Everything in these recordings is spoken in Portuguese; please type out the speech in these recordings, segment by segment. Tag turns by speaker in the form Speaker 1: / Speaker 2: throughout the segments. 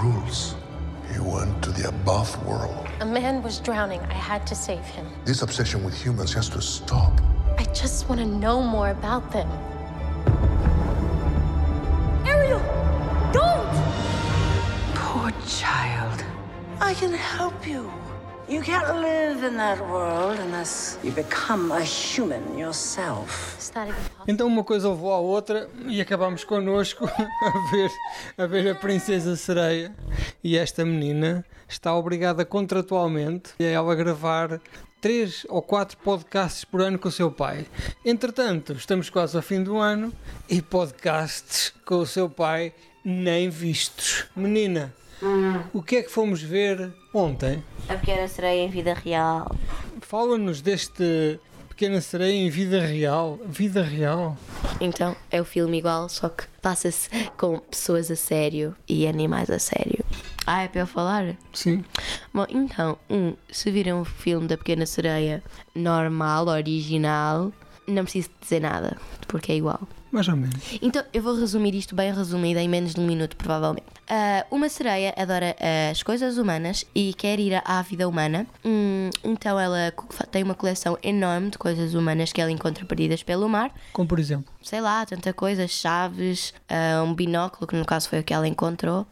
Speaker 1: rules. He went to the above world.
Speaker 2: A man was drowning. I had to save him.
Speaker 1: This obsession with humans has to stop.
Speaker 2: I just want to know more about them.
Speaker 3: Ariel, don't!
Speaker 4: Poor child. I can help you. You can't live in that world unless you become a human yourself.
Speaker 2: Is that even possible?
Speaker 5: Então uma coisa levou à outra e acabámos connosco a ver, a ver a Princesa Sereia. E esta menina está obrigada contratualmente a ela gravar três ou quatro podcasts por ano com o seu pai. Entretanto, estamos quase ao fim do ano e podcasts com o seu pai nem vistos. Menina, o que é que fomos ver ontem?
Speaker 6: A pequena sereia em vida real.
Speaker 5: Fala-nos deste Pequena Sereia em vida real. Vida real?
Speaker 6: Então, é o filme igual, só que passa-se com pessoas a sério e animais a sério. Ah, é para eu falar?
Speaker 5: Sim.
Speaker 6: Bom, então, um, se viram o filme da Pequena Sereia normal, original, não preciso dizer nada, porque é igual.
Speaker 5: Mais ou menos.
Speaker 6: Então, eu vou resumir isto bem resumido em menos de um minuto, provavelmente. Ah, uma sereia adora as coisas humanas e quer ir à vida humana. Hum, então, ela co- tem uma coleção enorme de coisas humanas que ela encontra perdidas pelo mar.
Speaker 5: Como por exemplo.
Speaker 6: Sei lá, tanta coisa, chaves, ah, um binóculo, que no caso foi o que ela encontrou.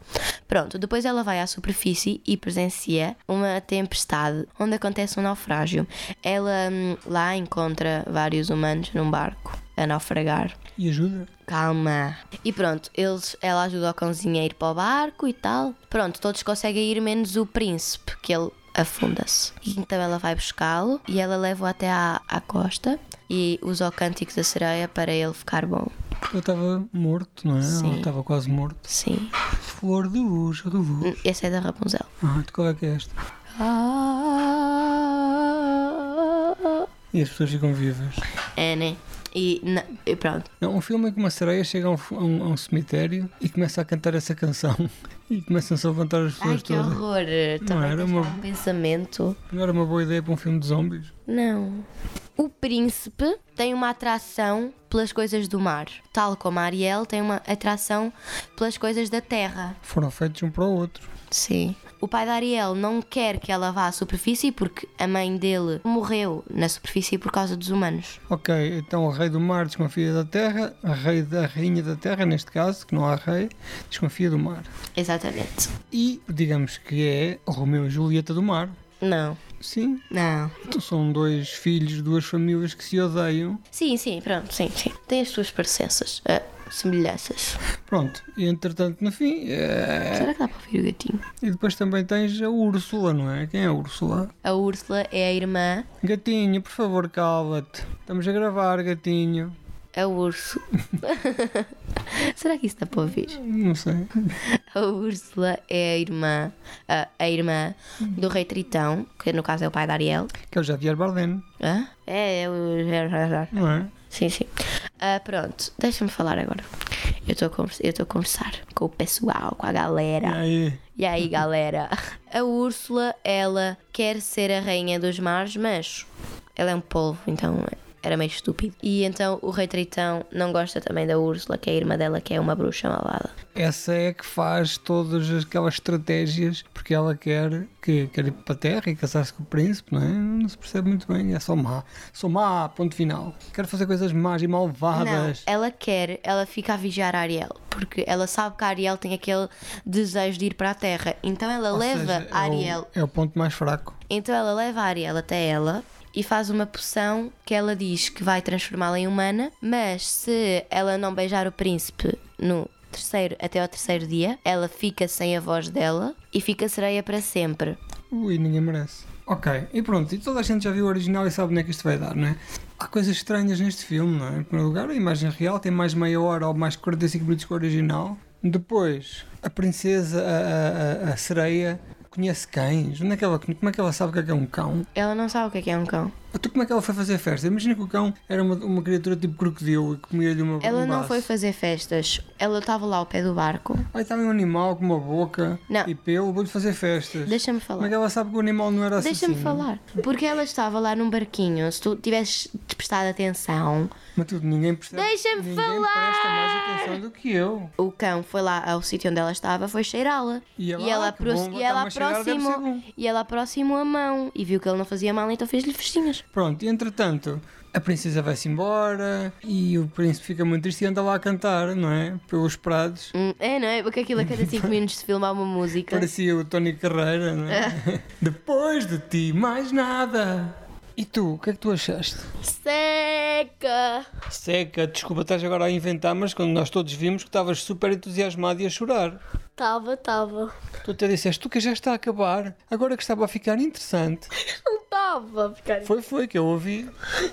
Speaker 6: Pronto, depois ela vai à superfície e presencia uma tempestade onde acontece um naufrágio. Ela hum, lá encontra vários humanos num barco a naufragar.
Speaker 5: E ajuda?
Speaker 6: Calma. E pronto, eles, ela ajuda o cãozinho a ir para o barco e tal. Pronto, todos conseguem ir, menos o príncipe, que ele afunda-se. E Então ela vai buscá-lo e ela leva-o até à, à costa e usa o cântico da sereia para ele ficar bom.
Speaker 5: Eu estava morto, não é?
Speaker 6: Sim.
Speaker 5: Eu estava quase morto.
Speaker 6: Sim.
Speaker 5: Flor de luz, de luz.
Speaker 6: Esse é da Rapunzel.
Speaker 5: Ah, de qual é que é esta?
Speaker 6: Ah.
Speaker 5: E as pessoas ficam vivas.
Speaker 6: É, né? E, na- e pronto.
Speaker 5: Não, um filme em que uma sereia chega a um, f- a um- a um cemitério e começa a cantar essa canção. E começam-se a levantar as pessoas
Speaker 6: Ai, que
Speaker 5: todas.
Speaker 6: horror!
Speaker 5: Não
Speaker 6: Também
Speaker 5: era
Speaker 6: era
Speaker 5: uma-
Speaker 6: um pensamento.
Speaker 5: Não era uma boa ideia para um filme de zombies?
Speaker 6: Não. O príncipe tem uma atração pelas coisas do mar, tal como a Ariel tem uma atração pelas coisas da terra.
Speaker 5: Foram feitos um para o outro.
Speaker 6: Sim. O pai da Ariel não quer que ela vá à superfície porque a mãe dele morreu na superfície por causa dos humanos.
Speaker 5: Ok, então o rei do mar desconfia da terra, a, rei da, a rainha da terra, neste caso, que não há rei, desconfia do mar.
Speaker 6: Exatamente.
Speaker 5: E digamos que é o Romeu e Julieta do mar.
Speaker 6: Não.
Speaker 5: Sim,
Speaker 6: Não.
Speaker 5: então são dois filhos, duas famílias que se odeiam.
Speaker 6: Sim, sim, pronto, sim, sim. Tem as suas parecenças, ah, semelhanças.
Speaker 5: Pronto, e entretanto, no fim. eh,
Speaker 6: Será que dá para ouvir o gatinho?
Speaker 5: E depois também tens a Úrsula, não é? Quem é a Úrsula?
Speaker 6: A Úrsula é a irmã,
Speaker 5: Gatinho, por favor, cala-te. Estamos a gravar, gatinho.
Speaker 6: a É urso. Será que isso dá para ouvir?
Speaker 5: Não sei.
Speaker 6: A Úrsula é a irmã, a, a irmã do rei Tritão, que no caso é o pai da Ariel.
Speaker 5: Que é o Javier Bardem,
Speaker 6: Hã? É, é o.
Speaker 5: não é?
Speaker 6: Sim, sim. Ah, pronto, deixa-me falar agora. Eu estou a convers- eu estou a conversar com o pessoal, com a
Speaker 5: E
Speaker 6: galera.
Speaker 5: aí?
Speaker 6: E aí, galera? A Úrsula, ela quer ser a rainha dos mares, mas ela é um polvo, então era meio estúpido. E então o rei Tritão não gosta também da Úrsula, que é a irmã dela, que é uma bruxa malvada.
Speaker 5: Essa é que faz todas aquelas estratégias porque ela quer, que, quer ir para a terra e casar-se com o príncipe, não é? Não se percebe muito bem, é só má. Sou má, ponto final. Quero fazer coisas más e Ah,
Speaker 6: Não,
Speaker 5: malvadas.
Speaker 6: ela quer, ela fica a vigiar a Ariel, porque ela sabe que a Ariel tem aquele desejo de ir para a Terra. Então ela
Speaker 5: Ou
Speaker 6: leva
Speaker 5: seja, é o-
Speaker 6: a Ariel,
Speaker 5: É o, ponto mais fraco.
Speaker 6: então ela leva a Ariel até ela e faz uma poção que ela diz que vai transformá-la em humana, mas se ela não beijar o príncipe no terceiro até ao terceiro dia, ela fica sem a voz dela e fica sereia para sempre.
Speaker 5: Ui, ninguém merece. Ok, e pronto, e toda a gente já viu o original e sabe onde é que isto vai dar, não é? Há coisas estranhas neste filme, não é? Em primeiro lugar, a imagem real tem mais meia hora ou mais 45 minutos que o original. Depois, a princesa, a, a- a- a sereia, conhece cães. Onde é que ela, como é que ela sabe o que é, que é um cão?
Speaker 6: Ela não sabe o que é que é um cão.
Speaker 5: Então, como é que ela foi fazer festa? Imagina que o cão era uma, uma criatura tipo crocodilo e comia-lhe uma
Speaker 6: Ela
Speaker 5: um
Speaker 6: não
Speaker 5: baço.
Speaker 6: foi fazer festas, ela estava lá ao pé do barco.
Speaker 5: Ai, estava um animal com uma boca
Speaker 6: Não.
Speaker 5: e pelo, vou-lhe fazer festas.
Speaker 6: Deixa-me
Speaker 5: Como é que
Speaker 6: falar.
Speaker 5: ela sabe que o animal não é? era assassino?
Speaker 6: Deixa-me falar. Porque ela estava lá num barquinho. Se tu tivesses prestado atenção,
Speaker 5: Matilde, ninguém percebe.
Speaker 6: Deixa-me
Speaker 5: ninguém
Speaker 6: falar!
Speaker 5: presta mais atenção do que eu.
Speaker 6: o cão foi lá ao sítio onde ela estava, foi cheirá-la.
Speaker 5: E ela, "Ah, que
Speaker 6: apro-
Speaker 5: bom,
Speaker 6: e ela
Speaker 5: está-me a cheirar, deve ser
Speaker 6: aproximou
Speaker 5: bom."
Speaker 6: e ela aproximou a mão e viu que ele não fazia mal, então fez-lhe festinhas.
Speaker 5: Pronto, e entretanto, a princesa vai-se embora e o príncipe fica muito triste e anda lá a cantar, não é? Pelos prados.
Speaker 6: Hum, É, não é? Porque aquilo a cada 5 minutos de filmar uma música.
Speaker 5: Parecia o Tony Carreira, não é? Depois de ti, mais nada. E tu, o que é que tu achaste?
Speaker 6: Seca!
Speaker 5: Seca, desculpa, estás agora a inventar, mas quando nós todos vimos que estavas super entusiasmado e a chorar.
Speaker 7: Tava, tava.
Speaker 5: Tu até disseste, tu que já está a acabar, agora que estava a ficar interessante.
Speaker 7: Não tava, cara.
Speaker 5: Foi, foi, que eu ouvi.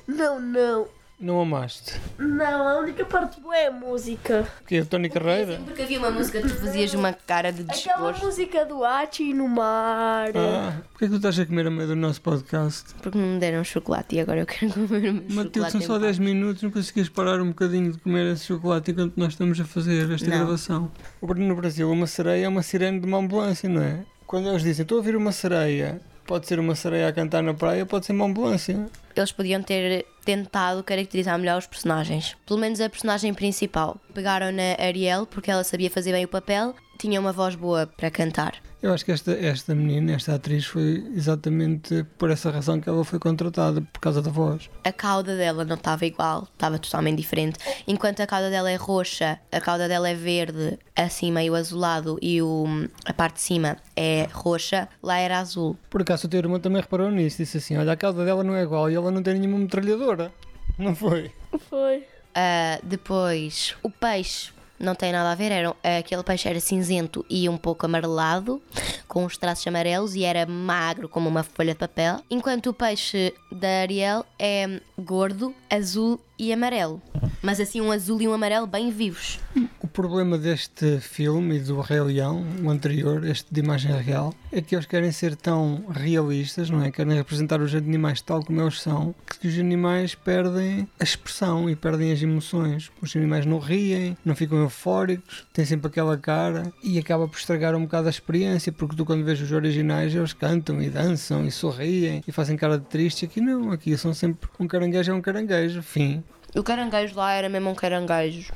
Speaker 7: Não, não.
Speaker 5: Não amaste.
Speaker 7: Não, a única parte boa é a música.
Speaker 5: Porque é o Tony Carreira?
Speaker 6: Porque assim, havia uma música que tu fazias uma cara de
Speaker 7: Aquela
Speaker 6: desgosto.
Speaker 7: música do Ati no mar.
Speaker 5: Ah, porquê é que tu estás a comer a meio do nosso podcast?
Speaker 6: Porque não me deram um chocolate e agora eu quero comer o meu
Speaker 5: Matilde,
Speaker 6: chocolate.
Speaker 5: são só
Speaker 6: em
Speaker 5: 10 minutos, não conseguias parar um bocadinho de comer esse chocolate enquanto nós estamos a fazer esta
Speaker 6: Não.
Speaker 5: gravação. No Brasil, uma sereia é uma sirene de uma ambulância, não é? Quando eles dizem, estou a ouvir uma sereia, pode ser uma sereia a cantar na praia, pode ser uma ambulância.
Speaker 6: paz. Eles podiam ter tentado caracterizar melhor os personagens. Pelo menos a personagem principal. Pegaram na Ariel porque ela sabia fazer bem o papel, tinha uma voz boa para cantar.
Speaker 5: Eu acho que esta, esta menina, esta atriz, foi exatamente por essa razão que ela foi contratada, por causa da voz.
Speaker 6: A cauda dela não estava igual, estava totalmente diferente. Enquanto a cauda dela é roxa, a cauda dela é verde, assim meio azulado, e o- a parte de cima é roxa, lá era azul.
Speaker 5: Por acaso o teu irmão também reparou nisso, disse assim, olha, a cauda dela não é igual e ela não tem nenhuma metralhadora. Não foi?
Speaker 7: Foi.
Speaker 6: Ah, depois, o peixe não tem nada a ver, era, aquele peixe era cinzento e um pouco amarelado, com os traços amarelos e era magro como uma folha de papel, enquanto o peixe da Ariel é gordo, azul e amarelo. Mas assim, um azul e um amarelo bem vivos.
Speaker 5: O problema deste filme e do Rei Leão, o anterior, este de imagem real, é que eles querem ser tão realistas, não é? Querem representar os animais tal como eles são, que os animais perdem a expressão e perdem as emoções. Os animais não riem, não ficam eufóricos, têm sempre aquela cara e acaba por estragar um bocado a experiência, porque tu quando vês os originais eles cantam e dançam e sorriem e fazem cara de triste. Aqui não, aqui são sempre um caranguejo é um caranguejo, fim.
Speaker 6: O caranguejo lá era mesmo um caranguejo.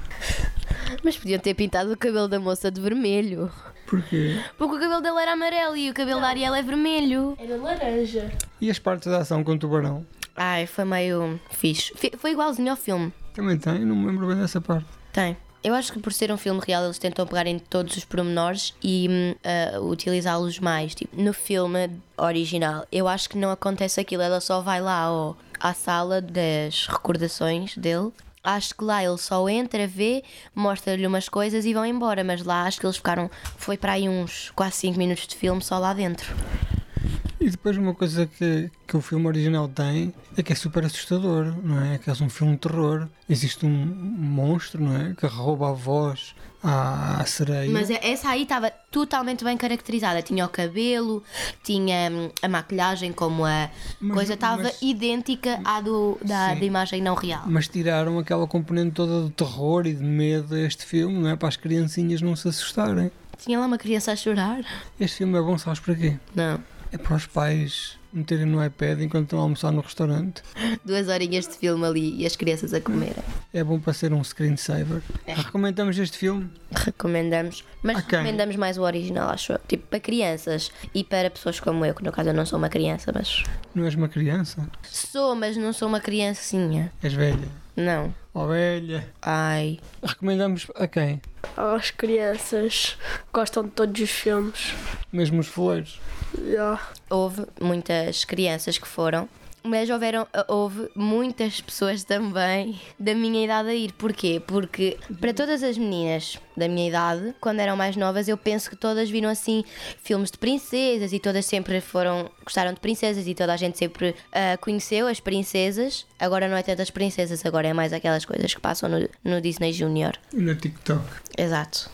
Speaker 6: Mas podiam ter pintado o cabelo da moça de vermelho.
Speaker 5: Porquê?
Speaker 6: Porque o cabelo dela era amarelo e o cabelo da Ariel é vermelho.
Speaker 7: Era laranja.
Speaker 5: E as partes da ação com o tubarão?
Speaker 6: Ai, foi meio fixe. Fi- Foi igualzinho ao filme.
Speaker 5: Também tem, não me lembro bem dessa parte.
Speaker 6: Tem. Eu acho que por ser um filme real eles tentam pegar em todos os pormenores e hum, ah, utilizá-los mais. Tipo, no filme original, eu acho que não acontece aquilo, ela só vai lá ao, à sala das recordações dele. Acho que lá ele só entra, vê, mostra-lhe umas coisas e vão embora, mas lá acho que eles ficaram. Foi para aí uns quase 5 minutos de filme só lá dentro.
Speaker 5: E depois uma coisa que, que o filme original tem é que é super assustador, não é? Que é um filme de terror. Existe um monstro, não é? Que rouba a voz à, à sereia.
Speaker 6: Mas é, essa aí estava totalmente bem caracterizada. Tinha o cabelo, tinha hum, a maquilhagem, como a
Speaker 5: Mas-
Speaker 6: coisa estava
Speaker 5: mas-
Speaker 6: idêntica à do, da,
Speaker 5: Sim.
Speaker 6: da imagem não real.
Speaker 5: Mas tiraram aquela componente toda de terror e de medo a este filme, não é? Para as criancinhas não se assustarem.
Speaker 6: Tinha lá uma criança a chorar?
Speaker 5: Este filme é bom, sabes para quê?
Speaker 6: Não.
Speaker 5: É para os pais meterem no iPad enquanto estão a almoçar no restaurante.
Speaker 6: Duas horinhas de filme ali e as crianças a comerem.
Speaker 5: É bom para ser um screensaver. Recomendamos este filme.
Speaker 6: Recomendamos. Mas
Speaker 5: A quem?
Speaker 6: recomendamos mais o original, acho eu. Tipo, para crianças e para pessoas como eu, que no caso eu não sou uma criança, mas.
Speaker 5: Não és uma criança?
Speaker 6: Sou, mas não sou uma criancinha.
Speaker 5: És velha.
Speaker 6: Não.
Speaker 5: Oh, velha.
Speaker 6: Ai.
Speaker 5: Recomendamos a quem?
Speaker 7: Oh, As crianças gostam de todos os filmes.
Speaker 5: Mesmo os foleiros.
Speaker 7: Yeah.
Speaker 6: houve muitas crianças que foram, mas houveram, houve muitas pessoas também da minha idade a ir. Porquê? Porque para todas as meninas da minha idade, quando eram mais novas, eu penso que todas viram assim filmes de princesas e todas sempre foram, gostaram de princesas e toda a gente sempre ah, conheceu as princesas. Agora não é tantas princesas, agora é mais aquelas coisas que passam no, no Disney Junior.
Speaker 5: E no TikTok.
Speaker 6: Exato.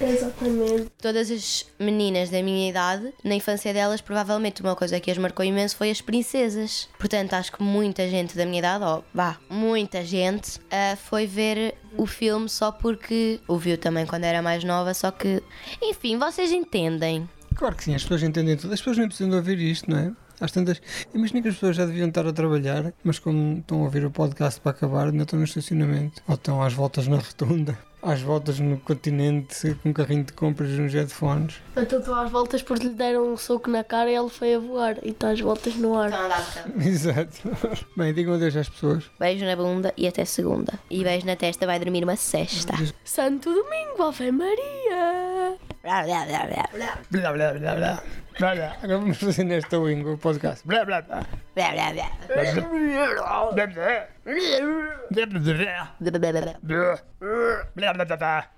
Speaker 7: Exatamente.
Speaker 6: Todas as meninas da minha idade, na infância delas, provavelmente uma coisa que as marcou imenso foi as princesas. Portanto, acho que muita gente da minha idade, ó, vá, muita gente, ah, foi ver o filme só porque o viu também quando era mais nova, só que. Enfim, vocês entendem.
Speaker 5: Claro que sim, as pessoas entendem tudo. As pessoas nem precisam de ouvir isto, não é? Às tantas, imagina que as pessoas já deviam estar a trabalhar, mas como estão a ouvir o podcast para acabar, ainda estão no estacionamento. Ou estão às voltas na rotunda, às voltas no continente, com um carrinho de compras e uns headphones.
Speaker 7: Então estou às voltas porque lhe deram um soco na cara e ele foi a voar. E está às voltas no ar.
Speaker 5: Exato. Bem, digam adeus às pessoas.
Speaker 6: Beijo na bunda e até segunda. E beijo na testa, vai dormir uma sesta.
Speaker 7: Santo Domingo, Ave Maria!
Speaker 5: Blá, blá, blá, blá. Blá, blá. Agora vamos fazer nesta língua o podcast. Blá, blá, blá. Blá, blá. Blá, blá, blá.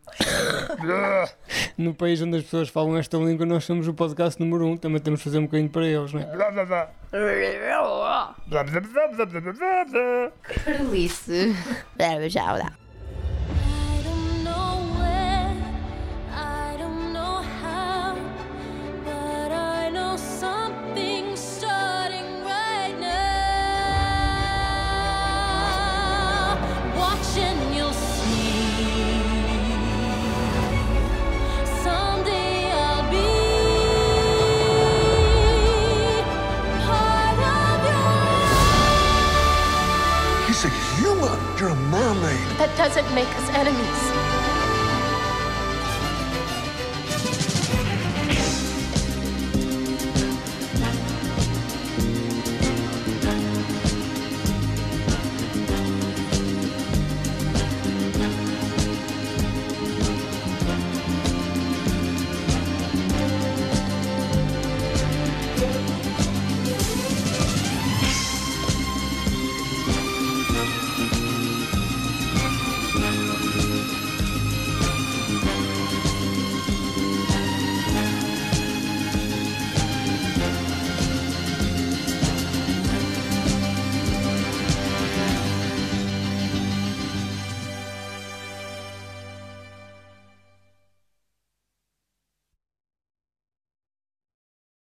Speaker 5: No país onde as pessoas falam esta língua, nós somos o podcast número um. Também temos de fazer um bocadinho para eles, não é?
Speaker 6: Carolice. Tchau, tchau.
Speaker 3: I don't know when, I don't know how, but I know something's starting right now. Watch and you'll see. Someday I'll be part of your
Speaker 1: He's a human. You're a mermaid.
Speaker 2: That doesn't make us enemies.